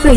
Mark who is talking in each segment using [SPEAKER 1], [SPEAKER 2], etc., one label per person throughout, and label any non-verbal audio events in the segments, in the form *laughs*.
[SPEAKER 1] 最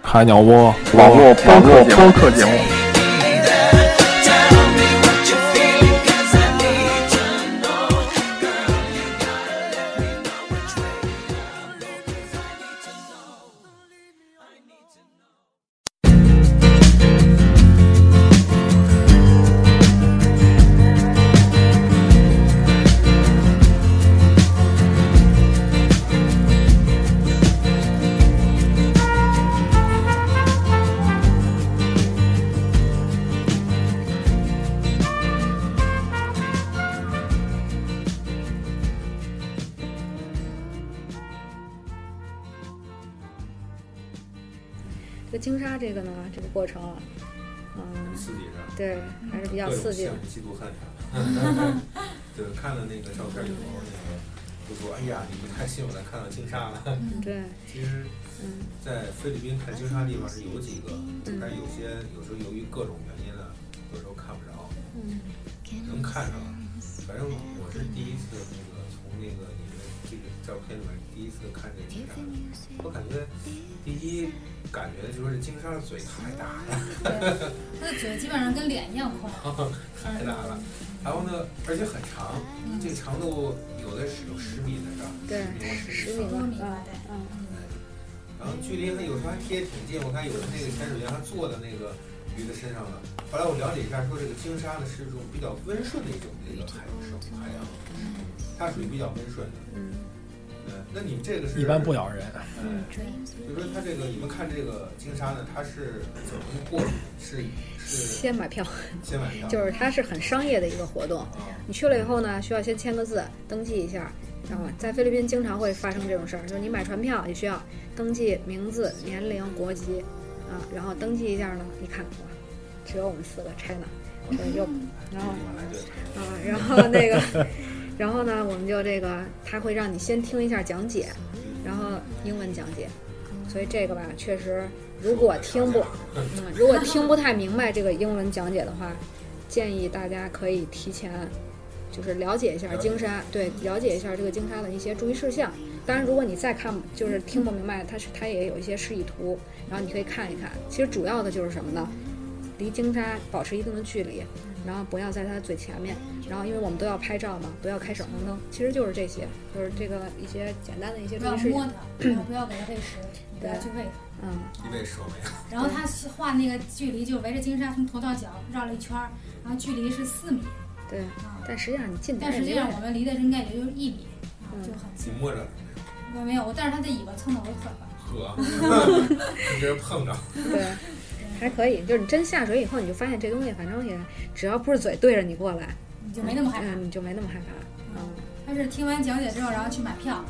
[SPEAKER 2] 海鸟窝
[SPEAKER 3] 网络播客播客节目。
[SPEAKER 4] 这个经沙这个呢，这个过程，啊嗯，
[SPEAKER 5] 刺激是吧？
[SPEAKER 4] 对，还是比较
[SPEAKER 5] 各种
[SPEAKER 4] 刺激的
[SPEAKER 5] 像。是缉毒勘
[SPEAKER 4] *laughs*
[SPEAKER 5] 察， *laughs* 对，看了那个照片以后，那个就说：“哎呀，你们太幸运了，看到鲸鲨了。 *laughs*
[SPEAKER 4] 对，”
[SPEAKER 5] 其实
[SPEAKER 4] 嗯，
[SPEAKER 5] 在菲律宾看鲸鲨地方是有几个，但是有些有时候由于各种原因呢，有时候看不着，
[SPEAKER 4] 嗯，
[SPEAKER 5] 能看着。反正我是第一次那个从那个你们这个照片里面第一次看这个鲸鲨，我感觉第一感觉就是鲸鲨的嘴太大了。
[SPEAKER 6] 他的嘴基本上跟脸一样宽。
[SPEAKER 5] 太大了。然后呢，而且很长，这个长度有的是有十米的是吧？
[SPEAKER 4] 对
[SPEAKER 5] 十
[SPEAKER 4] 十
[SPEAKER 5] 米
[SPEAKER 4] 米
[SPEAKER 5] 多
[SPEAKER 4] 吧
[SPEAKER 5] 十米长。
[SPEAKER 6] 米吧
[SPEAKER 4] 啊，嗯，
[SPEAKER 5] 然后距离还有时候还贴得挺近，我看有的那个潜水员还坐在那个鱼的身上了。后来我了解一下，说这个鲸鲨呢是一种比较温顺的一种那个海生物海洋，它属于比较温顺的。
[SPEAKER 4] 嗯。
[SPEAKER 5] 嗯，那你们这个是
[SPEAKER 2] 一般不。咬人，
[SPEAKER 5] 嗯，就说它这个，你们看这个鲸鲨呢，它是怎么过去？是是
[SPEAKER 4] 先买票，
[SPEAKER 5] 先买票，
[SPEAKER 4] 就是它是很商业的一个活动。
[SPEAKER 5] 啊，
[SPEAKER 4] 你去了以后呢，需要先签个字，登记一下。然后在菲律宾经常会发生这种事儿，就是你买船票也需要登记名字、年龄、国籍啊，然后登记一下呢，一看哇，只有我们四个
[SPEAKER 5] *laughs*
[SPEAKER 4] China，这又然后
[SPEAKER 5] 本嗯来就
[SPEAKER 4] 啊，然后那个，然后呢，我们就这个，他会让你先听一下讲解，然后英文讲解，所以这个吧，确实如果听不，嗯，如果听不太明白这个英文讲解的话，建议大家可以提前。就是了解一下鲸鲨，对，了解一下这个鲸鲨的一些注意事项。当然，如果你再看就是听不明白，它是它也有一些示意图，然后你可以看一看。其实主要的就是什么呢？离鲸鲨保持一定的距离，然后不要在它的嘴前面，然后因为我们都要拍照嘛，不要开闪光灯，其实就是这些，就是这个一些简单的一些
[SPEAKER 6] 不
[SPEAKER 4] 注
[SPEAKER 6] 要
[SPEAKER 4] 意事
[SPEAKER 6] 摸
[SPEAKER 4] 项。
[SPEAKER 6] 它，然后不要给它喂食，你不要去喂它。
[SPEAKER 4] 嗯，
[SPEAKER 5] 一位手没了。
[SPEAKER 6] 然后它画那个距离，就围着金沙从头到脚绕了一圈儿，然后距离是四米
[SPEAKER 4] 对。
[SPEAKER 6] 啊。
[SPEAKER 4] 但实际上你进
[SPEAKER 6] 但
[SPEAKER 4] 它也
[SPEAKER 6] 实际
[SPEAKER 4] 没
[SPEAKER 6] 上
[SPEAKER 4] 用
[SPEAKER 6] 我们离的应该也就是一米啊，
[SPEAKER 4] 嗯
[SPEAKER 6] 就很近。
[SPEAKER 5] 你摸着
[SPEAKER 6] 我没有，但是它的尾巴蹭到我腿了。
[SPEAKER 5] 呵， *laughs* 你这是碰着，
[SPEAKER 6] *laughs*
[SPEAKER 4] 对，还可以。就是你真下水以后，你就发现这东西反正也只要不是嘴对着你过来，
[SPEAKER 6] 你就没那么害怕。
[SPEAKER 4] 嗯，你就没那么害怕。嗯
[SPEAKER 6] 但是听完讲解之后，然后去买票，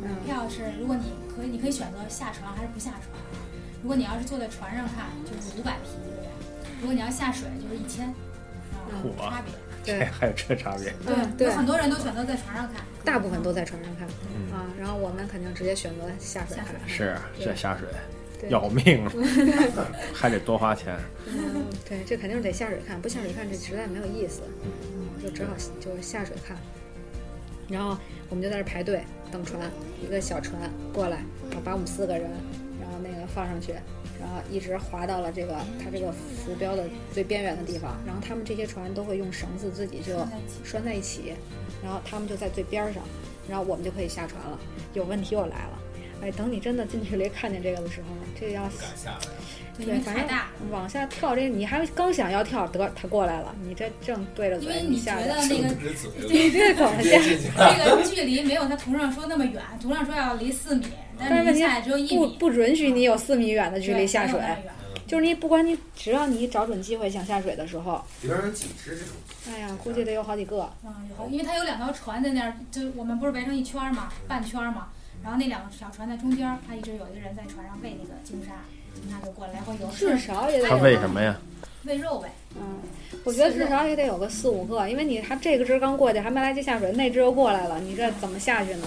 [SPEAKER 6] 买
[SPEAKER 4] 嗯
[SPEAKER 6] 票是如果你可以，你可以选择下船还是不下船。如果你要是坐在船上看，就是五百匹一个人；如果你要下水，就是一千，啊
[SPEAKER 2] 嗯，
[SPEAKER 6] 差别。
[SPEAKER 4] 对
[SPEAKER 2] 还有 *laughs* 这差别？
[SPEAKER 4] 嗯
[SPEAKER 6] 有
[SPEAKER 4] 对，
[SPEAKER 6] 很多人都选择在船上看，
[SPEAKER 4] 大部分都在船上看
[SPEAKER 2] 嗯
[SPEAKER 4] 啊，然后我们肯定直接选择下水
[SPEAKER 6] 下
[SPEAKER 4] 看
[SPEAKER 6] 水。
[SPEAKER 2] 是这下水
[SPEAKER 4] 对
[SPEAKER 2] 要命了，啊
[SPEAKER 4] *laughs*
[SPEAKER 2] 还得多花钱。
[SPEAKER 4] 嗯，对，这肯定得下水看，不下水看这实在没有意思，嗯，就只好就是下水看。然后我们就在这排队等船，一个小船过来，然后把我们四个人，然后那个放上去，然后一直划到了这个它这个浮标的最边缘的地方。然后他们这些船都会用绳子自己就
[SPEAKER 6] 拴在一起
[SPEAKER 4] 拴在一起，然后他们就在最边儿上，然后我们就可以下船了。有问题又来了，哎，等你真的近距离看见这个的时候，这个要
[SPEAKER 5] 敢下来。
[SPEAKER 6] 对，因
[SPEAKER 4] 对，
[SPEAKER 6] 为
[SPEAKER 4] 反
[SPEAKER 6] 太
[SPEAKER 4] 正
[SPEAKER 6] 大。
[SPEAKER 4] 往下跳这，你还刚想要跳，得他过来了，你这正对着
[SPEAKER 6] 因
[SPEAKER 4] 嘴，
[SPEAKER 6] 为你觉
[SPEAKER 4] 下去
[SPEAKER 6] 得
[SPEAKER 4] *laughs*
[SPEAKER 6] 那
[SPEAKER 4] 了，
[SPEAKER 6] 个
[SPEAKER 5] 这
[SPEAKER 6] *laughs*
[SPEAKER 5] 嘴
[SPEAKER 4] 你这怎么下？
[SPEAKER 5] 进去
[SPEAKER 6] 这个距离没有它图上说那么远，图上说要离四米，
[SPEAKER 4] 但
[SPEAKER 6] 但是
[SPEAKER 4] 是问
[SPEAKER 6] 你
[SPEAKER 4] 题
[SPEAKER 6] 一下来只有一
[SPEAKER 4] 不
[SPEAKER 6] 米，
[SPEAKER 4] 不允许你有四米远的距
[SPEAKER 6] 对
[SPEAKER 4] 离下水，
[SPEAKER 6] 没有那么远
[SPEAKER 4] 就是你不管你，只要你找准机会想下水的时候，
[SPEAKER 5] 里边有几只这种，
[SPEAKER 4] 哎呀，估计得有好几个。
[SPEAKER 6] 嗯，有，因为它有两条船在那儿，就我们不是围成一圈儿嘛，半圈儿嘛，然后那两个小船在中间儿，它一直有一个人在船上喂那个鲸鲨，鲸鲨就过来来回游。
[SPEAKER 4] 至少也得
[SPEAKER 2] 他
[SPEAKER 4] 有
[SPEAKER 2] 为什么呀？
[SPEAKER 6] 喂肉呗。
[SPEAKER 4] 哎嗯，我觉得至少也得有个四五个，因为你还这个只刚过去，还没来及下水，那只又过来了，你这怎么下去呢？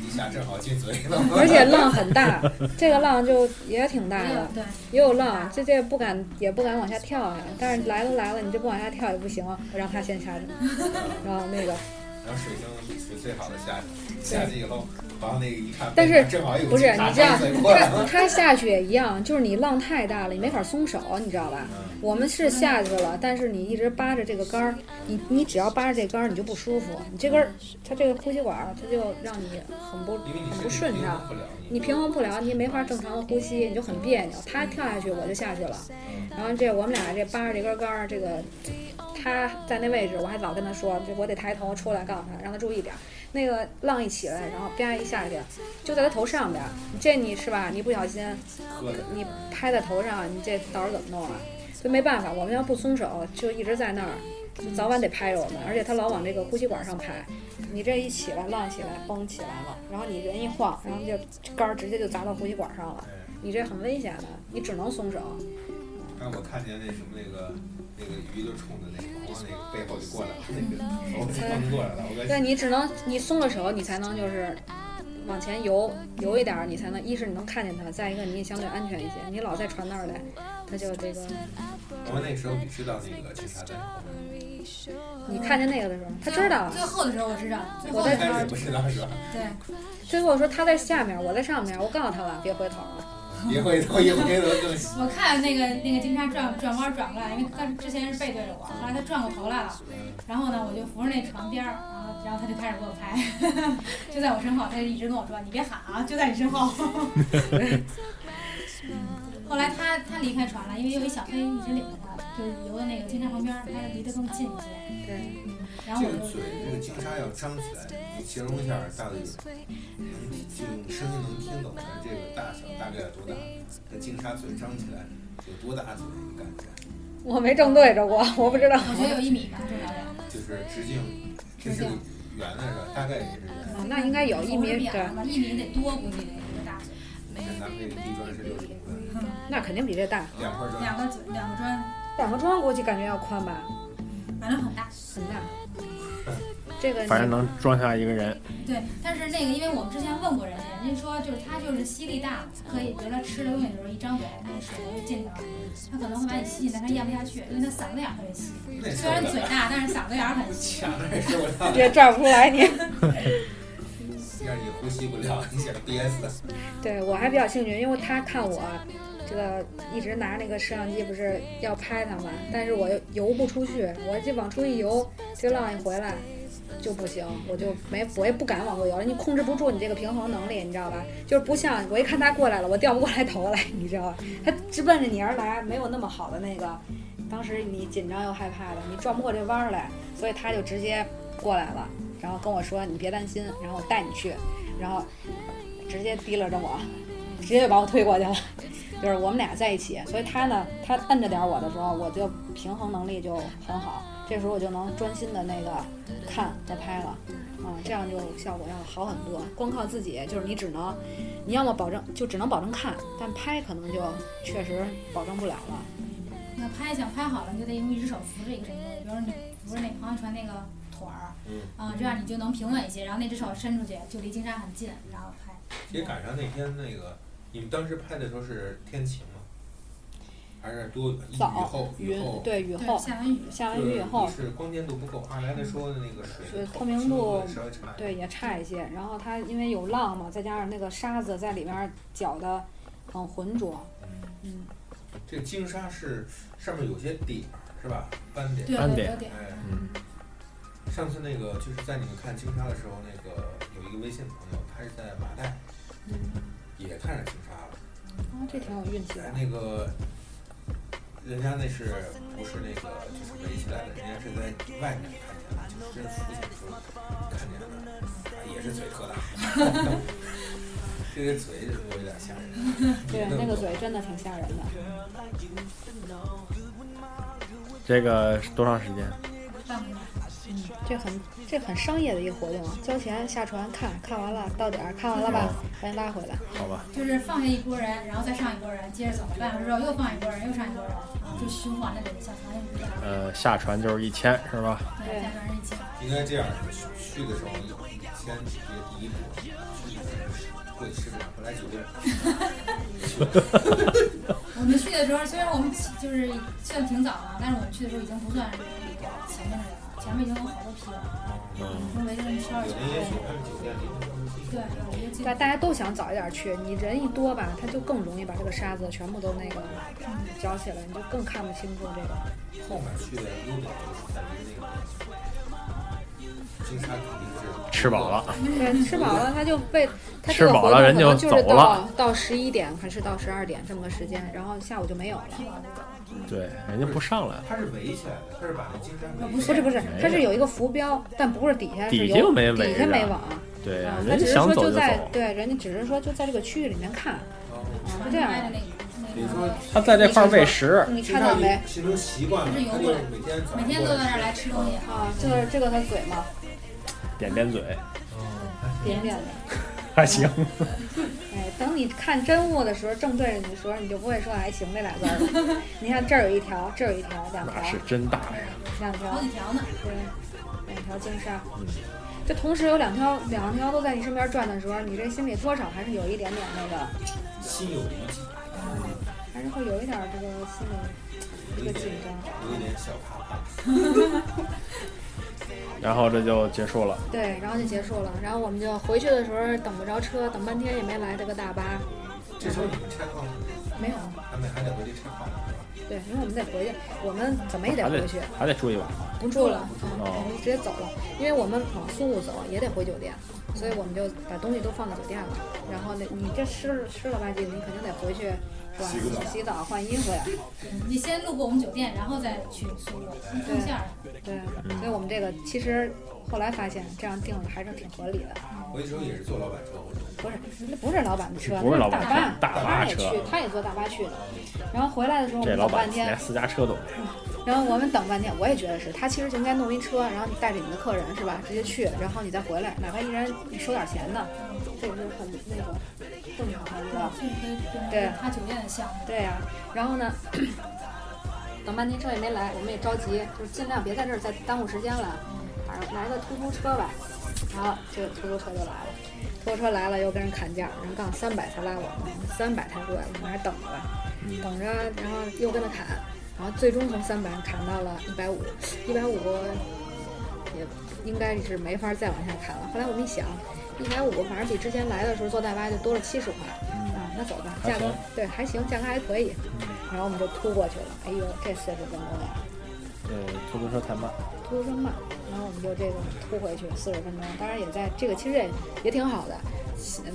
[SPEAKER 5] 一下正好进
[SPEAKER 4] *laughs*
[SPEAKER 5] 嘴里了。
[SPEAKER 4] 而且浪很大， *laughs* 这个浪就也挺大
[SPEAKER 6] 没有
[SPEAKER 4] 的，
[SPEAKER 6] 对，
[SPEAKER 4] 也有浪，这这不敢也不敢往下跳呀、但是来都来了，你这不往下跳也不行，啊我让他先下去，然后那个
[SPEAKER 5] 然后水性是最好的下去，下去以后，然后那个一看，哎
[SPEAKER 4] 但是
[SPEAKER 5] 正好有
[SPEAKER 4] 不是
[SPEAKER 5] 警察
[SPEAKER 4] 你这样
[SPEAKER 5] 张嘴过来
[SPEAKER 4] 他
[SPEAKER 5] 了，
[SPEAKER 4] 他下去也一样，就是你浪太大了，你没法松手，你知道吧？
[SPEAKER 5] 嗯
[SPEAKER 4] 我们是下去了，但是你一直扒着这个杆儿，你你只要扒着这杆儿，你就不舒服。你这根儿，它这个呼吸管儿，它就让你很不
[SPEAKER 5] 因为你
[SPEAKER 4] 很不
[SPEAKER 5] 身 *laughs* 体
[SPEAKER 4] 顺
[SPEAKER 5] 平
[SPEAKER 4] 畅
[SPEAKER 5] 衡，不了你，
[SPEAKER 4] 你平衡不了，你没法正常的呼吸，你就很别扭。他跳下去，我就下去了，然后这我们俩这扒着这根杆儿，这个他在那位置，我还老跟他说，这我得抬头出来告诉他，让他注意点儿。那个浪一起来，然后啪一下去，就在他头上边儿，这你是吧？你不小心
[SPEAKER 5] 喝的
[SPEAKER 4] 你拍在头上，你这到时候怎么弄啊？所以没办法，我们要不松手，就一直在那儿，就早晚得拍着我们。而且他老往这个呼吸管上拍，你这一起来浪起来，崩起来了，然后你人一晃，然后就杆儿直接就砸到呼吸管上了，你这很危险的，你只能松手。
[SPEAKER 5] 让哎我看见那什么那个那个鱼就冲着那个王那个背后就过来了，那个头就冲过来了，我跟
[SPEAKER 4] 对你只能你松了手，你才能就是往前游游一点儿，你才能一是你能看见它，再一个你也相对安全一些。你老在船那儿来，它就这个
[SPEAKER 5] 我们那时候你知道那个警察在后面，
[SPEAKER 4] 你看见那个的时候，他知道啊
[SPEAKER 6] 最。后的时候我知道，最后
[SPEAKER 4] 我在
[SPEAKER 6] 的时
[SPEAKER 5] 开始
[SPEAKER 6] 候
[SPEAKER 5] 不知道是吧？
[SPEAKER 6] 对。
[SPEAKER 4] 最后说他在下面，我在上面，我告诉他了，别回头了。
[SPEAKER 5] 一回头一回头更是
[SPEAKER 6] 我看那个那个警察转转弯转过来，因为他之前是背对着我，后来他转过头来了，然后呢，我就扶着那床边儿，然后然后他就开始给我拍， *laughs* 就在我身后，他就一直跟我说：“你别喊啊，就在你身后。” *laughs* 后来他他离开船了，因为有一小黑一直领着他，就是游到那个警察旁边儿，他离得更近一些，
[SPEAKER 4] 对，
[SPEAKER 6] 然后
[SPEAKER 5] 这
[SPEAKER 6] 我
[SPEAKER 5] 个
[SPEAKER 6] 就
[SPEAKER 5] 嘴这个鲸鲨要张起来，你形容一下大概有能就用声音能听懂的这个大小大概有多大？那鲸鲨嘴张起来有多大嘴？你感觉
[SPEAKER 4] 我没正对着过，我不知道。
[SPEAKER 6] 我觉得有一米吧，至少得
[SPEAKER 5] 就是直径，这是个圆的是吧？大概也是圆。
[SPEAKER 4] 哦那应该有一
[SPEAKER 6] 头是
[SPEAKER 4] 米，
[SPEAKER 6] 扁
[SPEAKER 4] 对
[SPEAKER 6] 的，吧，一米得多，估计得有个大嘴，
[SPEAKER 5] 咱们这个地砖是六十公分，
[SPEAKER 4] 那肯定比这大。
[SPEAKER 5] 两块砖
[SPEAKER 6] 两个嘴两个砖，
[SPEAKER 4] 两个砖估计感觉要宽吧，
[SPEAKER 6] 反正很大。
[SPEAKER 4] 很大。
[SPEAKER 2] *laughs*
[SPEAKER 4] 这个你
[SPEAKER 2] 反正能装下一个人。
[SPEAKER 6] 对，但是那个，因为我们之前问过人家，人家说就是他就是吸力大，可以，比如他吃东西的时候一张嘴，那个水就进去了，他可能会把你吸进来，他咽不下去，因为他嗓子眼儿特别细，
[SPEAKER 5] 那
[SPEAKER 6] 虽然嘴大，但是嗓子眼儿很细。
[SPEAKER 5] 抢的是我操，
[SPEAKER 4] 别照不出来你。
[SPEAKER 5] 让你呼吸不了，你想憋死。
[SPEAKER 4] 对我还比较幸运，因为他看我这个一直拿那个摄像机，不是要拍他嘛，但是我又游不出去，我这往出一游，这浪一回来就不行，我就没我也不敢往过游了，你控制不住你这个平衡能力，你知道吧？就是不像我一看他过来了，我掉不过来头来，你知道吧？他直奔着你而来，没有那么好的那个，当时你紧张又害怕的，你转不过这弯儿来，所以他就直接过来了，然后跟我说你别担心，然后我带你去，然后直接提溜着我，直接就把我推过去了。 *laughs* 就是我们俩在一起，所以他呢，他摁着点我的时候，我就平衡能力就很好，这时候我就能专心的那个看和拍了，啊、这样就效果要好很多。光靠自己，就是你只能，你要么保证就只能保证看，但拍可能就确实保证不了了。
[SPEAKER 6] 那拍想拍好了，你就得用一只手扶着一个什么东西，比如说你扶着那朋友圈那个腿儿，啊，这样你就能平稳一些，然后那只手伸出去就离金沙很近，然后拍。
[SPEAKER 5] 其实赶上那天那个，你们当时拍的时候是天晴吗？还是多雨
[SPEAKER 4] 早
[SPEAKER 5] 后雨
[SPEAKER 4] 云
[SPEAKER 5] 后？
[SPEAKER 4] 对雨
[SPEAKER 6] 对，
[SPEAKER 4] 后，
[SPEAKER 6] 下完雨，
[SPEAKER 4] 下完
[SPEAKER 5] 就是
[SPEAKER 4] 雨以后
[SPEAKER 5] 一，是光电度不够，二来他说的那个水
[SPEAKER 4] 水
[SPEAKER 5] 的
[SPEAKER 4] 透明度
[SPEAKER 5] 稍微差一点。
[SPEAKER 4] 对，也差一些。然后它因为有浪嘛，再加上那个沙子在里面搅的很浑浊，嗯，
[SPEAKER 5] 这个鲸鲨是上面有些点儿是吧？斑点。
[SPEAKER 6] 对，
[SPEAKER 2] 斑
[SPEAKER 6] 有
[SPEAKER 2] 点
[SPEAKER 6] 点。
[SPEAKER 5] 哎，
[SPEAKER 4] 嗯
[SPEAKER 5] 上次那个就是在你们看鲸鲨的时候，那个有一个微信朋友，他是在马代，也看上鲸鲨了。
[SPEAKER 4] 啊，这挺有运气
[SPEAKER 2] *laughs*
[SPEAKER 4] 的
[SPEAKER 5] 哎。那个人家那是不是那个就是围起来的？人家是在外面看见的，就是真浮潜时候看见的，啊也是嘴特大。这个嘴我有点吓人。啊
[SPEAKER 4] 对，那个嘴真的挺吓人的。
[SPEAKER 2] 这个多长时间？
[SPEAKER 6] 半个月，
[SPEAKER 4] 这很这很商业的一个活动啊，交钱下船看看完了到点儿看完了吧，赶紧拉回来。
[SPEAKER 2] 好吧，
[SPEAKER 6] 就是放下一拨人，然后再上一拨人，接着走，半小时之后又放一拨人，又上一拨人，就循环的这个小船就不一样了，
[SPEAKER 2] 呃，下船就是一千是吧？
[SPEAKER 6] 对，加上人一起。
[SPEAKER 5] 应该这样，去去的时候先别第一步，去的时候过去吃个饭，回来酒店。
[SPEAKER 6] *laughs* 我们去的时候，虽然我们起就是算挺早了，但是我们去的时候已经不算前面的人了，前面已经有好多批了，周围就那么十二
[SPEAKER 5] 嗯
[SPEAKER 6] 圈
[SPEAKER 5] 有的。也许他们酒店离他们
[SPEAKER 6] 对，我就记
[SPEAKER 4] 大
[SPEAKER 6] 得
[SPEAKER 4] 大家都想早一点去，你人一多吧，他就更容易把这个沙子全部都那个搅起来，你就更看不清楚 *laughs* 这个。
[SPEAKER 5] 后面去的优点就是在于那个金沙肯定是
[SPEAKER 2] 吃饱了，
[SPEAKER 4] 对，吃饱了他就被他
[SPEAKER 2] 吃
[SPEAKER 4] 这个
[SPEAKER 2] 饱
[SPEAKER 4] 活
[SPEAKER 2] 了
[SPEAKER 4] 动可
[SPEAKER 2] 人就
[SPEAKER 4] 能就是
[SPEAKER 2] 走
[SPEAKER 4] 到
[SPEAKER 2] 了
[SPEAKER 4] 到十一点还是到十二点这么个时间，然后下午就没有了。
[SPEAKER 2] 对，人家不上来，
[SPEAKER 5] 它是围起来的，它是把那金沙围
[SPEAKER 4] 不
[SPEAKER 5] 起来
[SPEAKER 4] 是不是
[SPEAKER 2] 没，有
[SPEAKER 4] 它是有一个浮标，但不是底下是
[SPEAKER 2] 底
[SPEAKER 4] 有
[SPEAKER 2] 下又没围
[SPEAKER 4] 底下没
[SPEAKER 2] 着
[SPEAKER 4] 网。
[SPEAKER 2] 对
[SPEAKER 4] 啊，，他
[SPEAKER 2] 人
[SPEAKER 4] 只
[SPEAKER 2] 家
[SPEAKER 4] 是
[SPEAKER 2] 想
[SPEAKER 4] 说
[SPEAKER 2] 走
[SPEAKER 4] 就
[SPEAKER 2] 就
[SPEAKER 4] 在
[SPEAKER 2] 走。
[SPEAKER 4] 对，人家只是说就在这个区域里面看，啊，
[SPEAKER 5] 哦
[SPEAKER 4] 是这样
[SPEAKER 6] 拍的
[SPEAKER 4] 的。
[SPEAKER 6] 那个
[SPEAKER 4] 嗯
[SPEAKER 5] 你
[SPEAKER 6] 那
[SPEAKER 5] 说
[SPEAKER 6] 个，
[SPEAKER 2] 他在这块儿喂食，
[SPEAKER 4] 你
[SPEAKER 5] 金
[SPEAKER 4] 看
[SPEAKER 5] 沙
[SPEAKER 4] 到没？
[SPEAKER 5] 形成习惯了，他就是每天早上
[SPEAKER 6] 每天都到这儿来吃东西。
[SPEAKER 4] 啊，就是这个他嘴嘛，
[SPEAKER 2] 点点嘴，
[SPEAKER 4] 扁扁的。
[SPEAKER 2] 还行。
[SPEAKER 4] 哎，等你看真物的时候，正对着你的时候，你就不会说“还行”这俩字儿了。你看这儿有一条，这儿有一条，两条
[SPEAKER 2] 那，是真大呀！
[SPEAKER 4] 两条
[SPEAKER 6] 好，几条呢，
[SPEAKER 4] 对，两条金沙。
[SPEAKER 2] 嗯
[SPEAKER 4] 就同时有两条，两条都在你身边转的时候，你这心里多少还是有一点点那个，
[SPEAKER 5] 心有余悸，
[SPEAKER 4] 还是会有一点儿这个心里这个紧张。
[SPEAKER 5] 有一点小怕怕。
[SPEAKER 2] 然后这就结束了。
[SPEAKER 4] 对，然后就结束了。然后我们就回去的时候等不着车，等半天也没来这个大巴，
[SPEAKER 5] 这时候你们拆矿，
[SPEAKER 4] 没有。
[SPEAKER 5] 他们还得回去拆矿是吧？
[SPEAKER 4] 对，因为我们得回去，我们怎么也得
[SPEAKER 2] 还
[SPEAKER 4] 回
[SPEAKER 2] 得
[SPEAKER 4] 去，
[SPEAKER 2] 还得住一晚，
[SPEAKER 4] 不住了，嗯，
[SPEAKER 2] 哦
[SPEAKER 4] 我们直接走了，因为我们往宿务走也得回酒店，所以我们就把东西都放在酒店了。然后呢，你这湿了湿了吧唧的，你肯定得回去，是吧？洗澡、洗澡、换衣服呀。
[SPEAKER 6] 嗯你先路过我们酒店，然后再去苏州，你通线儿的。
[SPEAKER 4] 对，
[SPEAKER 2] 嗯
[SPEAKER 4] 所以我们这个其实后来发现这样定的还是挺合理的。
[SPEAKER 5] 回去之后也是坐老板车，我
[SPEAKER 4] 不是，那不是老板的车，
[SPEAKER 2] 不是老
[SPEAKER 4] 那
[SPEAKER 2] 板
[SPEAKER 4] 大
[SPEAKER 2] 大
[SPEAKER 4] 巴，
[SPEAKER 2] 巴
[SPEAKER 4] 巴也
[SPEAKER 2] 车
[SPEAKER 4] 去，他也坐大巴去的。然后回来的嗯时候，我
[SPEAKER 2] 这
[SPEAKER 4] 们
[SPEAKER 2] 老
[SPEAKER 4] 等
[SPEAKER 2] 板
[SPEAKER 4] 半天
[SPEAKER 2] 连，私家车都没有。
[SPEAKER 4] 然后我们等半天，我也觉得是他其实就应该弄一车，然后你带着你的客人是吧，直接去，然后你再回来，哪怕一人你收点钱呢，这也是很那个正常的一个。
[SPEAKER 6] 这可以变
[SPEAKER 4] 对
[SPEAKER 6] 成他酒店的项目。
[SPEAKER 4] 对呀、然后呢， *coughs* 等半天车也没来，我们也着急，就是尽量别在这儿再耽误时间了，反正来个出租车吧。然后这个出租车就来了，出租车来了又跟人砍价，人杠三百才拉我们，三百太贵了，我们还等着吧，等着，然后又跟他砍，然后最终从三百砍到了一百五，一百五也应该是没法再往下砍了。后来我们一想，一百五反正比之前来的时候坐大巴就多了七十块，啊，那走吧，价格对还行，嗯价格还可以。然后我们就突过去了，哎呦，这四十分钟呀，
[SPEAKER 2] 对，呃出租车太慢。
[SPEAKER 4] 突生慢。然后我们就这个突回去四十分钟，当然也在这个其实也也挺好的，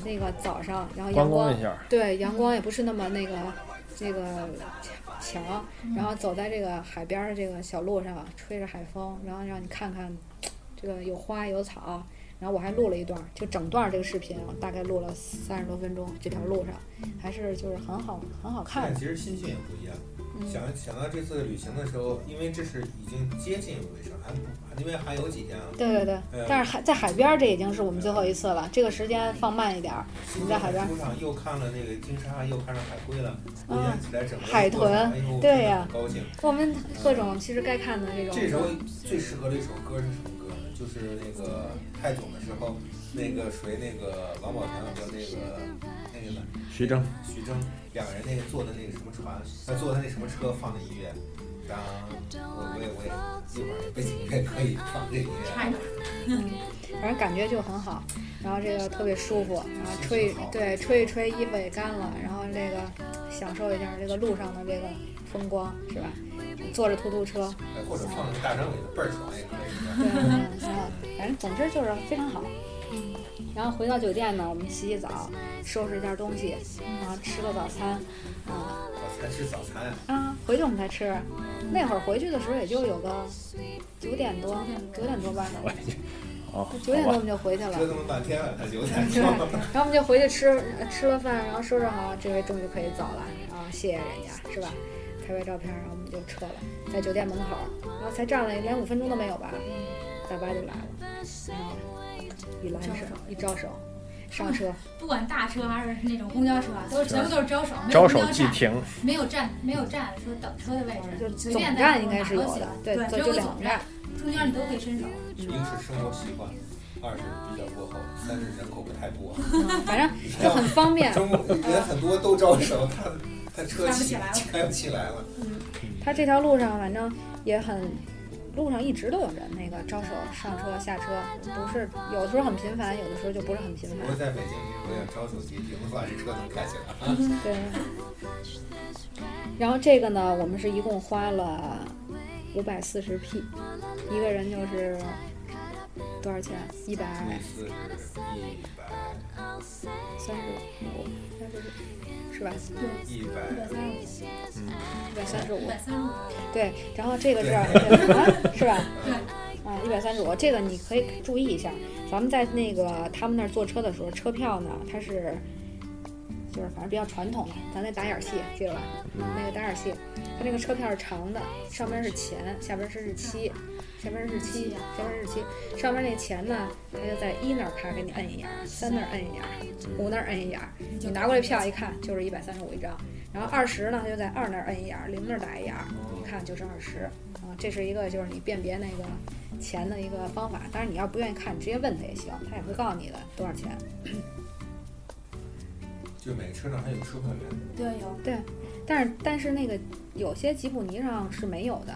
[SPEAKER 4] 那个早上，然后
[SPEAKER 2] 观
[SPEAKER 4] 阳光
[SPEAKER 2] 光一下
[SPEAKER 4] 对阳光也不是那么那个那个强，嗯然后走在这个海边儿的这个小路上，吹着海风，然后让你看看这个有花有草，然后我还录了一段儿，就整段儿这个视频，我大概录了三十多分钟，这条路上还是就是很好很好看
[SPEAKER 5] 但
[SPEAKER 4] 的，
[SPEAKER 5] 其实心情也不一样。
[SPEAKER 4] 嗯
[SPEAKER 5] 想想到这次旅行的时候，因为这是已经接近尾声，还不因为还有几天啊。
[SPEAKER 4] 对对对
[SPEAKER 5] 嗯，
[SPEAKER 4] 但是海在海边儿这已经是我们最后一次了，这个时间放慢一点儿，我
[SPEAKER 5] 苏
[SPEAKER 4] 们
[SPEAKER 5] 州
[SPEAKER 4] 在海边儿
[SPEAKER 5] 书上又看了那个金沙，又看了海龟了，回
[SPEAKER 4] 啊
[SPEAKER 5] 想起来整个
[SPEAKER 4] 海
[SPEAKER 5] 过程
[SPEAKER 4] 豚
[SPEAKER 5] 哎呦，
[SPEAKER 4] 对
[SPEAKER 5] 真的
[SPEAKER 4] 呀
[SPEAKER 5] 很高兴。
[SPEAKER 4] 我们各种其实该看的这种，
[SPEAKER 5] 这时候最适合的一首歌是什么歌呢？就是那个泰囧的时候，那个谁，那个王宝强和那个那个呢
[SPEAKER 2] 徐峥，
[SPEAKER 5] 徐峥两个人那个坐的那个什么船，他坐的那什么车放的音乐，当我我也我也一会儿背景音乐可以放这音
[SPEAKER 6] 差
[SPEAKER 5] 乐，
[SPEAKER 6] 一点。
[SPEAKER 4] 反正感觉就很好，然后这个特别舒服，然后吹对吹一吹衣服也干了，然后这个享受一下这个路上的这个风光是吧？坐着突突车，
[SPEAKER 5] 哎或者放个大张伟的倍儿爽也可以。
[SPEAKER 4] 对，嗯反正总之就是非常好。然后回到酒店呢，我们洗洗澡，收拾一下东西，然后吃个早餐，啊、
[SPEAKER 5] 早餐吃早餐啊，
[SPEAKER 4] 啊，回去我们才吃。那会儿回去的时候也就有个九点多，九点多吧，
[SPEAKER 2] 哦，
[SPEAKER 4] 九点
[SPEAKER 2] 好
[SPEAKER 4] 多我
[SPEAKER 2] 吧，
[SPEAKER 4] 们就回去了
[SPEAKER 5] 折。腾了半天了，才九点
[SPEAKER 4] 对，
[SPEAKER 5] 钟。
[SPEAKER 4] 然后我们就回去吃呃吃了饭，然后收拾好，这回终于可以走了，然后谢谢人家，是吧？拍拍照片，然后我们就撤了，在酒店门口，然后才站了连五分钟都没有吧，大巴就来了，然后一拦手，一招手，
[SPEAKER 6] 嗯
[SPEAKER 4] 上车，
[SPEAKER 6] 不管大车还是那种公交车啊，都是全部都是招手，没有
[SPEAKER 2] 招
[SPEAKER 6] 公
[SPEAKER 2] 手
[SPEAKER 6] 交
[SPEAKER 2] 即
[SPEAKER 6] 站，
[SPEAKER 2] 停，
[SPEAKER 6] 没有站，没有站说等车的位置，
[SPEAKER 4] 嗯就
[SPEAKER 6] 你哎随
[SPEAKER 4] 嗯总
[SPEAKER 6] 便在
[SPEAKER 4] 站
[SPEAKER 6] 路
[SPEAKER 4] 应
[SPEAKER 6] 上
[SPEAKER 4] 该是
[SPEAKER 6] 哪
[SPEAKER 4] 有
[SPEAKER 6] 儿都行
[SPEAKER 4] 的，对，
[SPEAKER 6] 只
[SPEAKER 4] 就
[SPEAKER 6] 有
[SPEAKER 4] 就
[SPEAKER 6] 个
[SPEAKER 4] 两
[SPEAKER 6] 总
[SPEAKER 4] 站
[SPEAKER 6] 站，，中间你都可以伸手。
[SPEAKER 5] 一个是生活习惯，二是比较落后，三是人口不太多。 *laughs*
[SPEAKER 4] 嗯反正就很方便。
[SPEAKER 5] 中国人很多都招手，他他车
[SPEAKER 6] 开不起
[SPEAKER 5] 起
[SPEAKER 6] 来了
[SPEAKER 5] 开不起来了。
[SPEAKER 4] 它这条路上反正也很，路上一直都有人那个招手上车下车，不是有的时候很频繁，有的时候就不是很频
[SPEAKER 5] 不过
[SPEAKER 4] 繁。
[SPEAKER 5] 在北京，如果要招手即停的话，这车能开起来。
[SPEAKER 4] 对。然后这个呢，我们是一共花了五百四十 P，一个人就是多少钱？啊一百
[SPEAKER 5] 每次是一百
[SPEAKER 4] 三十五，三十五是吧？
[SPEAKER 5] 一百
[SPEAKER 6] 一百三
[SPEAKER 4] 嗯
[SPEAKER 6] 十五，一
[SPEAKER 4] 一百三十五
[SPEAKER 6] 百。三十五，
[SPEAKER 4] 对，然后这个是 *laughs* 对啊是吧？
[SPEAKER 6] 对，
[SPEAKER 4] 啊，一百三十五，这个你可以注意一下。咱们在那个他们那儿坐车的时候，车票呢，它是就是反正比较传统的，咱那打眼儿戏记得吧？那个打眼儿戏，它那个车票是长的，上边是钱，下边是日期，下边是日期，下边是日期，上边那钱呢，它就在一那儿咔给你摁一眼儿，三那儿摁一眼儿，五那儿摁一眼儿，你拿过来票一看就是一百三十五一张，然后二十呢，它就在二那儿摁一眼儿，零那儿打一眼儿，一看就是二十啊，这是一个就是你辨别那个。钱的一个方法。当然，你要不愿意看，你直接问他也行，他也会告诉你的多少钱。
[SPEAKER 5] 就每个车上还有车票员，
[SPEAKER 6] 对有，
[SPEAKER 4] 但是，但是那个有些吉普尼上是没有的。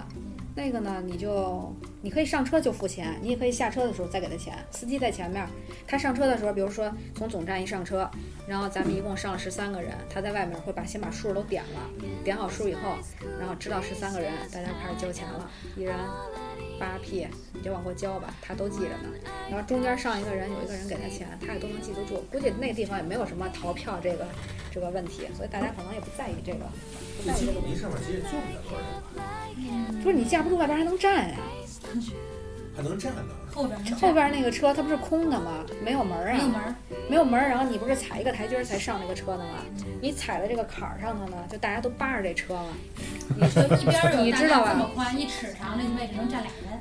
[SPEAKER 4] 那个呢，你就你可以上车就付钱，你也可以下车的时候再给他钱。司机在前面，他上车的时候，比如说从总站一上车，然后咱们一共上了十三个人，他在外面会把先把数都点了，点好数以后，然后知道十三个人，大家开始交钱了，一人八 P，你就往过交吧，他都记着呢。然后中间上一个人，有一个人给他钱，他也都能记得住。估计那地方也没有什么逃票这个这个问题，所以大家可能也不在意这个，不
[SPEAKER 5] 这
[SPEAKER 4] 在意
[SPEAKER 5] 吉
[SPEAKER 4] 这个
[SPEAKER 5] 普
[SPEAKER 4] 问
[SPEAKER 5] 尼
[SPEAKER 4] 题。
[SPEAKER 5] 上面其实坐不了多少人吧，
[SPEAKER 4] 不是你架不住外边还能站呀、
[SPEAKER 5] 还能站呢。
[SPEAKER 6] 后边能
[SPEAKER 4] 后
[SPEAKER 6] 站
[SPEAKER 4] 边那个车它不是空的吗？没有门儿
[SPEAKER 6] 没有
[SPEAKER 4] 啊，
[SPEAKER 6] 门儿，
[SPEAKER 4] 没有门儿。然后你不是踩一个台阶儿才上这个车的吗？你踩在这个坎儿上头呢，就大家都扒着这车了。
[SPEAKER 6] 就一边儿有
[SPEAKER 4] 你
[SPEAKER 6] 大
[SPEAKER 4] 知道
[SPEAKER 6] 概
[SPEAKER 4] 吧
[SPEAKER 6] 这么宽，一尺长的位置能站俩人，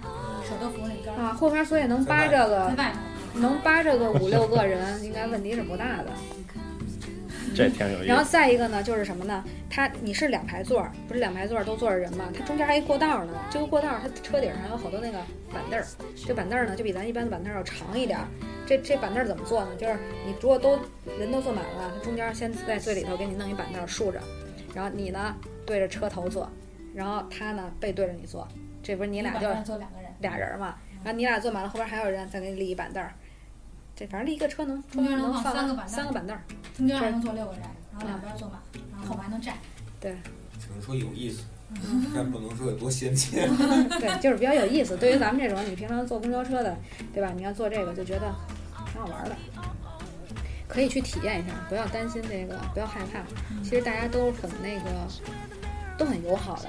[SPEAKER 6] 手都扶着一根儿，
[SPEAKER 4] 啊，后边所以能扒这
[SPEAKER 6] 在
[SPEAKER 4] 个
[SPEAKER 6] 外头。
[SPEAKER 4] 能扒这个五六个人，应该问题是不大的。
[SPEAKER 2] 这挺有意
[SPEAKER 4] 然后
[SPEAKER 2] 思。
[SPEAKER 4] 再一个呢，就是什么呢？它你是两排座儿，不是两排座儿都坐着人吗？它中间还一过道呢。这个过道儿它车顶上还有好多那个板凳儿，这板凳儿呢就比咱一般的板凳儿要长一点儿。这这板凳儿怎么坐呢？就是你如果都人都坐满了，它中间先在最里头给你弄一板凳儿竖着，然后你呢对着车头坐，然后他呢背对着你坐，这不是你俩就
[SPEAKER 6] 坐两个人，
[SPEAKER 4] 俩人儿嘛？然后你俩坐满了，后边还有人再给你立一板凳儿。这反正立一个车能
[SPEAKER 6] 中间能
[SPEAKER 4] 能
[SPEAKER 6] 放三个板凳儿
[SPEAKER 4] 三个板凳儿，
[SPEAKER 6] 中间还能坐六个人，然后两边坐满，然后后面还能站。
[SPEAKER 4] 对。
[SPEAKER 5] 只能说有意思，
[SPEAKER 6] 嗯
[SPEAKER 5] 但不能说有多先
[SPEAKER 6] *laughs*
[SPEAKER 5] 进。
[SPEAKER 4] 对，就是比较有意思。对于咱们这种你平常坐公交车的，对吧？你要做这个就觉得挺好玩的，可以去体验一下，不要担心这个，不要害怕。其实大家都很那个，都很友好的。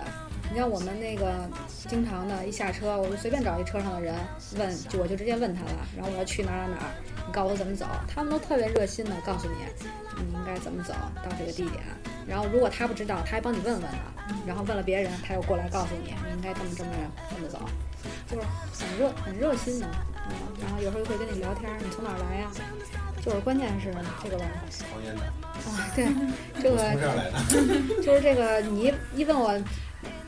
[SPEAKER 4] 你像我们那个经常的，一下车我就随便找一车上的人问，就我就直接问他了，然后我要去哪儿哪儿哪儿，你告诉我怎么走，他们都特别热心的告诉你你应该怎么走到这个地点。啊然后如果他不知道，他还帮你问问了，然后问了别人，他又过来告诉你你应该这么这么这么走，就是很热很热心的。嗯，然后有时候会跟你聊天，你从哪儿来呀？就是关键是这个吧，
[SPEAKER 5] 方言的，
[SPEAKER 4] 啊，对，这个
[SPEAKER 5] 从这儿来的，
[SPEAKER 4] 就是这个，你一一问我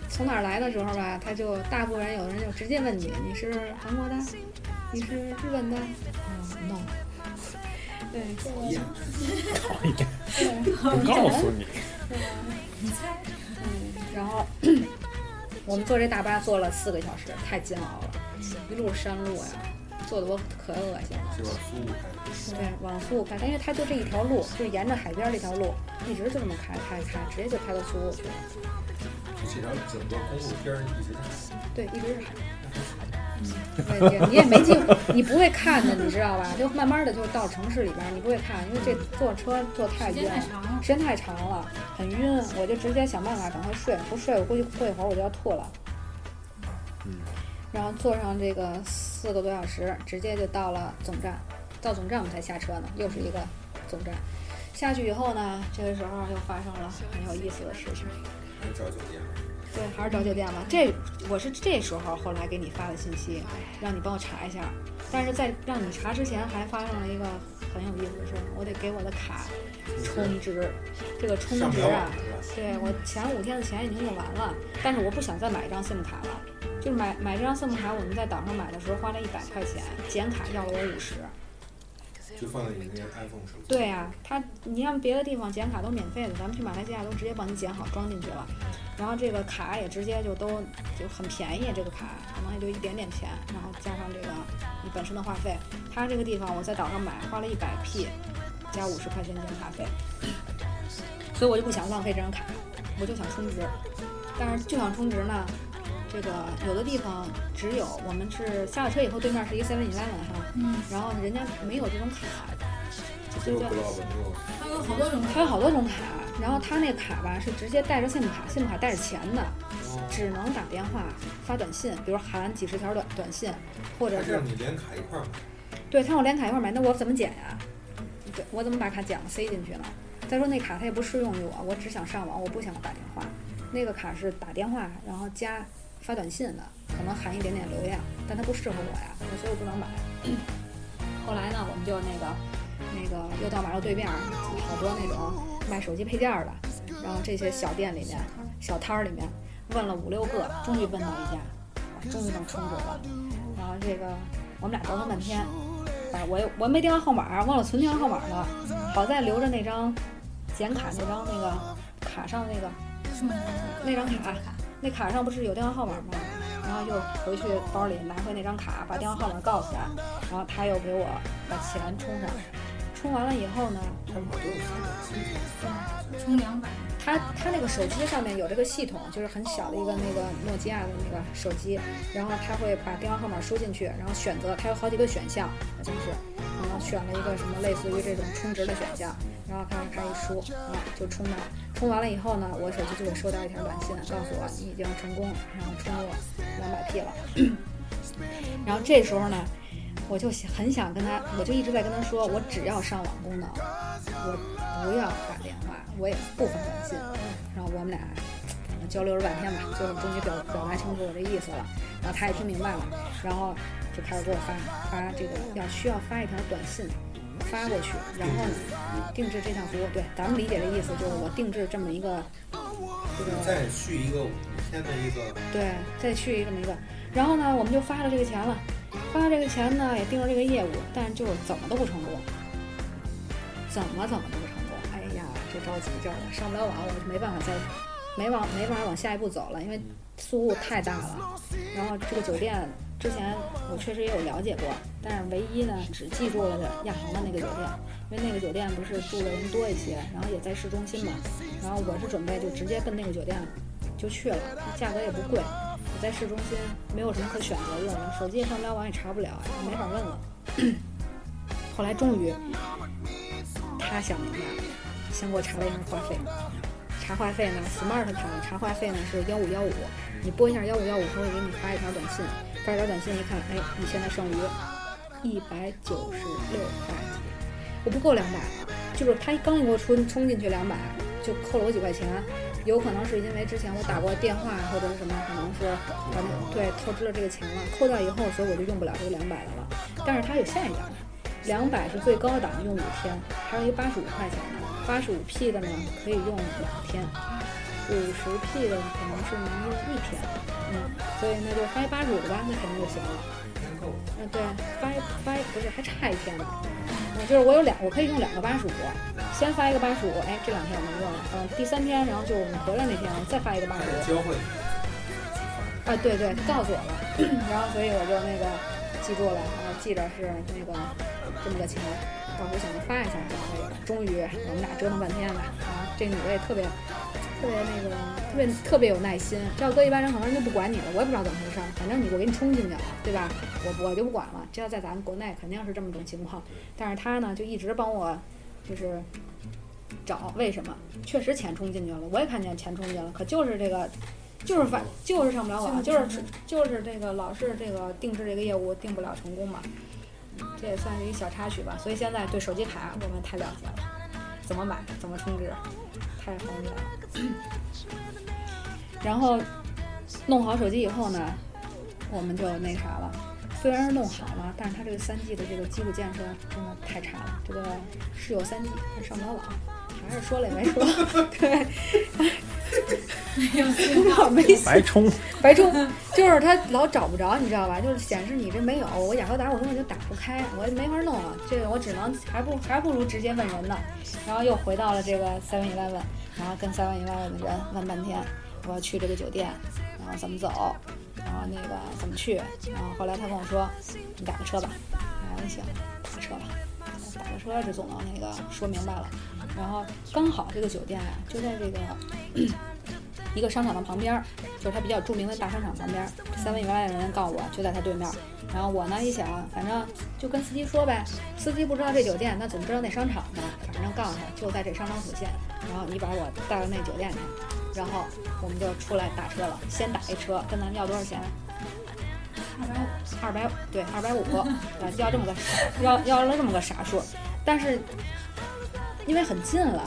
[SPEAKER 4] 从哪儿来的时候吧，他就大部分人有的人就直接问你，你是韩国的，你是日本的，嗯，no，对，这个
[SPEAKER 5] 厌
[SPEAKER 4] *laughs*
[SPEAKER 2] 不告诉你，
[SPEAKER 4] 嗯然后我们坐这大巴坐了四个小时，太煎熬了，一路山路呀，坐的我可恶心了。
[SPEAKER 5] 就往苏武开的。
[SPEAKER 4] 对，往苏武开，但是它就这一条路，就是沿着海边这条路，一直就这么开开开，直接就开到苏武去了。
[SPEAKER 5] 就这条整个公路边儿一直是海，
[SPEAKER 4] 对，一直是海。对对，你也没机会，你不会看的，你知道吧？就慢慢的就到城市里边儿，你不会看，因为这坐车坐太
[SPEAKER 6] 时间
[SPEAKER 4] 远
[SPEAKER 6] 太，长了，
[SPEAKER 4] 时间太长了，很晕，我就直接想办法赶快睡，不睡我估计过一会儿我就要吐了。然后坐上这个四个多小时，直接就到了总站，到总站我们才下车呢，又是一个总站。下去以后呢，这个时候又发生了很有意思的事情。
[SPEAKER 5] 还找酒店。啊
[SPEAKER 4] 对，还是找酒店吧。这我是这时候后来给你发的信息，让你帮我查一下。但是在让你查之前，还发生了一个很有意思的事儿，我得给我的卡充值。这个充
[SPEAKER 5] 上不
[SPEAKER 4] 值
[SPEAKER 5] 了
[SPEAKER 4] 啊
[SPEAKER 5] 网，是吧？
[SPEAKER 4] 对我前五天的钱已经用完了，但是我不想再买一张 SIM 卡了。就是买买这张 SIM 卡，我们在岛上买的时候花了一百块钱，剪卡要了我五十。
[SPEAKER 5] 就放在你那个 iPhone 手机。
[SPEAKER 4] 对啊，他你看别的地方剪卡都免费的，咱们去马来西亚都直接帮你剪好装进去了，然后这个卡也直接就都就很便宜，这个卡可能也就一点点钱，然后加上这个你本身的话费，他这个地方我在岛上买花了一百 P，加五十块钱剪卡费，所以我就不想浪费这张卡，我就想充值，但是就想充值呢。这个有的地方只有我们是下了车以后，对面是一个 Seven Eleven 哈，
[SPEAKER 6] 嗯，
[SPEAKER 4] 然后人家没有这种卡，
[SPEAKER 5] 这
[SPEAKER 4] 就
[SPEAKER 5] 个
[SPEAKER 4] 叫
[SPEAKER 5] Globe 没有
[SPEAKER 6] 它有好多种
[SPEAKER 4] 它有好多种卡，然后它那卡吧是直接带着 SIM 卡，SIM 卡带着钱的，只能打电话、发短信，比如喊几十条短短信，或者
[SPEAKER 5] 它是
[SPEAKER 4] 是
[SPEAKER 5] 让你连卡一块儿买，
[SPEAKER 4] 对，他让我连卡一块儿买，那我怎么剪呀、对，我怎么把卡剪了塞进去呢？再说那卡它也不适用于我，我只想上网，我不想打电话。那个卡是打电话，然后加发短信的，可能含一点点流量，但它不适合我呀，我所以我不能买。后来呢，我们就那个那个又到马路对面儿，好多那种卖手机配件儿的，然后这些小店里面、小摊儿里面问了五六个，终于问到一家，哇终于能充值了。然后这个我们俩折腾半天，哎，我也我没电话号码，忘了存电话号码了。好在留着那张剪卡那张那个卡上那个
[SPEAKER 6] 什么
[SPEAKER 4] 那张卡，那卡上不是有电话号码吗？然后又回去包里拿回那张卡，把电话号码告诉他，然后他又给我把钱充上，充完了以后呢，
[SPEAKER 5] 他们好多有三手机，
[SPEAKER 6] 充两百，
[SPEAKER 4] 他他那个手机上面有这个系统，就是很小的一个那个诺基亚的那个手机，然后他会把电话号码输进去，然后选择，它有好几个选项，好像是，然后选了一个什么类似于这种充值的选项，然后咔咔一输，啊就充了，充完了以后呢，我手机就会收到一条短信，告诉我你已经成功，然后充了两百 P 了，然后这时候呢，我就想很想跟他，我就一直在跟他说，我只要上网功能，我不要打电话，我也不发短信。然后我们俩呃交流了半天吧，最后终于表表达清楚我这意思了，然后他也听明白了，然后就开始给我发发这个要需要发一条短信。发过去，然后定制这项服务，对，咱们理解的意思就是我定制这么一个这
[SPEAKER 5] 就是
[SPEAKER 4] 个
[SPEAKER 5] 再续一个五天的一个
[SPEAKER 4] 对，再去这么一个。然后呢，我们就发了这个钱了，发了这个钱呢，也定了这个业务，但是就是怎么都不成功，怎么怎么都不成功。哎呀，这着急劲儿了，上不了网，我就没办法再没往没办法往下一步走了，因为宿雾太大了。然后这个酒店之前我确实也有了解过，但是唯一呢，只记住了亚航的那个酒店，因为那个酒店不是住的人多一些，然后也在市中心嘛。然后我是准备就直接奔那个酒店就去了，价格也不贵，也在市中心，没有什么可选择的了，手机也上不了网，也查不了，也没法问了。 *coughs* 后来终于，他想明白了，先给我查了一下话费，查话费呢，Smart 卡的查话费呢是幺五幺五，你拨一下幺五幺五，他会给你发一条短信，发一条短信一看，哎，你现在剩余一百九十六块几，我不够两百了，就是他刚一给我充充进去两百，就扣了我几块钱。有可能是因为之前我打过电话或者是什么，可能是咱们对透支了这个钱了，扣掉以后，所以我就用不了这个两百的了。但是它有限一点，两百是最高档用五天，还有一个八十五块钱的，八十五 P 的呢可以用两天，五十 P 的可能是能用一天，嗯，所以那就发一八十五的吧，那肯定就行了。
[SPEAKER 5] 天购，
[SPEAKER 4] 嗯，对，发一发一不是还差一天呢，我就是我有两，我可以用两个八十五，先发一个八十五，哎，这两天我没用了，嗯，第三天，然后就是我们回来那天，我再发一个八
[SPEAKER 5] 它
[SPEAKER 4] 十
[SPEAKER 5] 是
[SPEAKER 4] 五，
[SPEAKER 5] 教会
[SPEAKER 4] 啊，对对，他告诉我了， *coughs* 然后所以我就那个记住了，然后记着是那个这么个钱，到时候想着发一下就可以了。终于我们俩折腾半天了，啊，这女的也特别特别那个特别特别有耐心，这要搁一般人可能人就不管你了，我也不知道怎么回事儿，反正你我给你充进去了，对吧？我我就不管了，这要在咱们国内肯定是这么种情况，但是他呢就一直帮我就是找为什么，确实钱充进去了，我也看见钱充进去了，可就是这个。就是反就是上不了网，就是就是这个老是这个定制这个业务定不了成功嘛，这也算是一小插曲吧。所以现在对手机卡我们太了解了，怎 *coughs* 么买，怎么充值，太方便了。然后弄好手机以后呢，我们就那啥了。虽然是弄好了，但是它这个三 G 的这个基础建设真的太差了，这个是有三 G，但上不了网，啊还是说了也没说。对，我 *laughs* 没信
[SPEAKER 2] 白充，
[SPEAKER 4] 白充，就是它老找不着，你知道吧？就是显示你这没有，我雅科达我根本就打不开，我也没法弄啊。这个我只能还不还不如直接问人呢。然后又回到了这个 Seven Eleven，然后跟 Seven Eleven 的人问半天，我要去这个酒店，然后怎么走，然后那个怎么去，然后后来他跟我说，你打个车吧。然后行，打个车吧。打个车这总能那个说明白了。然后刚好这个酒店啊，就在这个。一个商场的旁边儿，就是它比较著名的大商场旁边儿。三位外的人告诉我就在他对面儿，然后我呢一想，反正就跟司机说呗，司机不知道这酒店，那总知道那商场吧？反正告诉他就在这商场附近，然后你把我带到那酒店去，然后我们就出来打车了，先打一车，跟咱们要多少钱？
[SPEAKER 6] 二百五，
[SPEAKER 4] 二百对二百五， *laughs* 啊，要这么个要要了这么个傻数，但是因为很近了，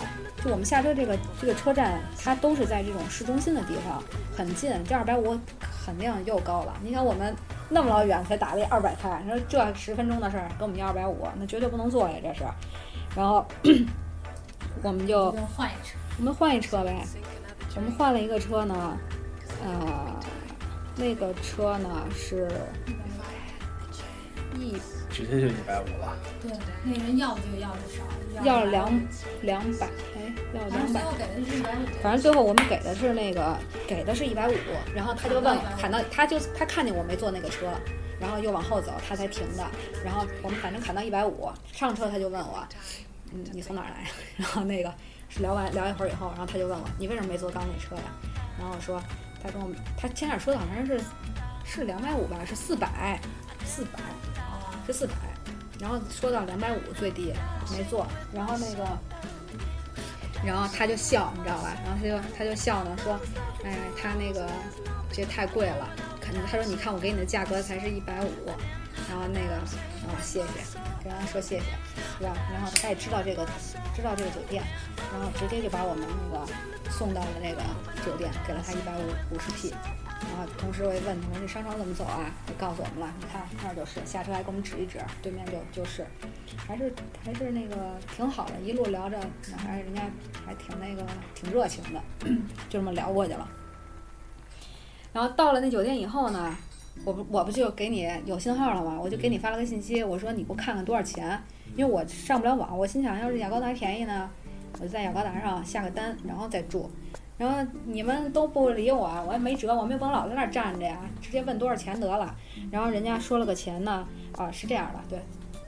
[SPEAKER 4] 就我们下车这个这个车站，它都是在这种市中心的地方，很近，这二百五肯定又高了。你想我们那么老远才打了一二百块，你说这十分钟的事儿跟我们要二百五，那绝对不能做呀，这是。然后 *clears throat* 我们就
[SPEAKER 6] 就换一车。
[SPEAKER 4] 我们换一车呗。我们换了一个车呢，呃，那个车呢是一
[SPEAKER 2] 直接就
[SPEAKER 4] *laughs*
[SPEAKER 2] 一百五了。
[SPEAKER 6] 对，那人要的就要的少，
[SPEAKER 4] 要
[SPEAKER 6] 的
[SPEAKER 4] 了
[SPEAKER 6] 两
[SPEAKER 4] 两，两百，哎，要
[SPEAKER 6] 然后
[SPEAKER 4] 两
[SPEAKER 6] 最
[SPEAKER 4] 百。
[SPEAKER 6] 后给的是一百五。
[SPEAKER 4] 反正最后我们给的是那个，给的是一百五，然后他就问，砍到他就他看见我没坐那个车，然后又往后走，他才停的。然后我们反正砍到一百五，上车他就问我，嗯，你从哪儿来？ *laughs* 然后那个是聊完聊一会儿以后，然后他就问我，你为什么没坐刚那车呀？然后我说，他跟我他前点说的好像是是两百五吧，是四百，四百，是四百。然后说到两百五最低没做，然后那个，然后他就笑，你知道吧？然后他就他就笑呢，说，哎，他那个这太贵了，看他说你看我给你的价格才是一百五，然后那个啊谢谢，跟他说谢谢，对吧？然后他也知道这个知道这个酒店，然后直接就把我们那个送到了那个酒店，给了他一百五五十 P。然后同时我也问他们这商场怎么走啊，也告诉我们了。你看那儿就是，下车还给我们指一指，对面就就是，还是还是那个挺好的，一路聊着，还是人家还挺那个挺热情的， *clears throat* 就这么聊过去了。然后到了那酒店以后呢，我不我不就给你有信号了吗？我就给你发了个信息，我说你给我看看多少钱，因为我上不了网，我心想要是雅高达便宜呢，我就在雅高达上下个单，然后再住。然后你们都不理我，我也没辙，我们也不能老在那儿站着呀，直接问多少钱得了。然后人家说了个钱呢，啊，是这样的，对，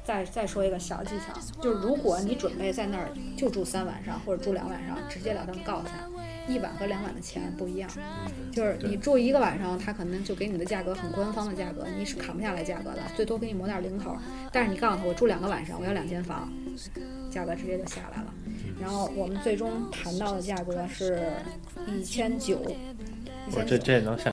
[SPEAKER 4] 再再说一个小技巧，就是如果你准备在那儿就住三晚上或者住两晚上，直截了当告诉他，一晚和两晚的钱不一样，就是你住一个晚上，他可能就给你的价格很官方的价格，你是砍不下来价格的，最多给你磨点零头。但是你告诉他，我住两个晚上，我要两间房，价格直接就下来了。然后我们最终谈到的价格是一千九，一
[SPEAKER 2] 我
[SPEAKER 4] 千
[SPEAKER 2] 这
[SPEAKER 4] 九，
[SPEAKER 2] 这能下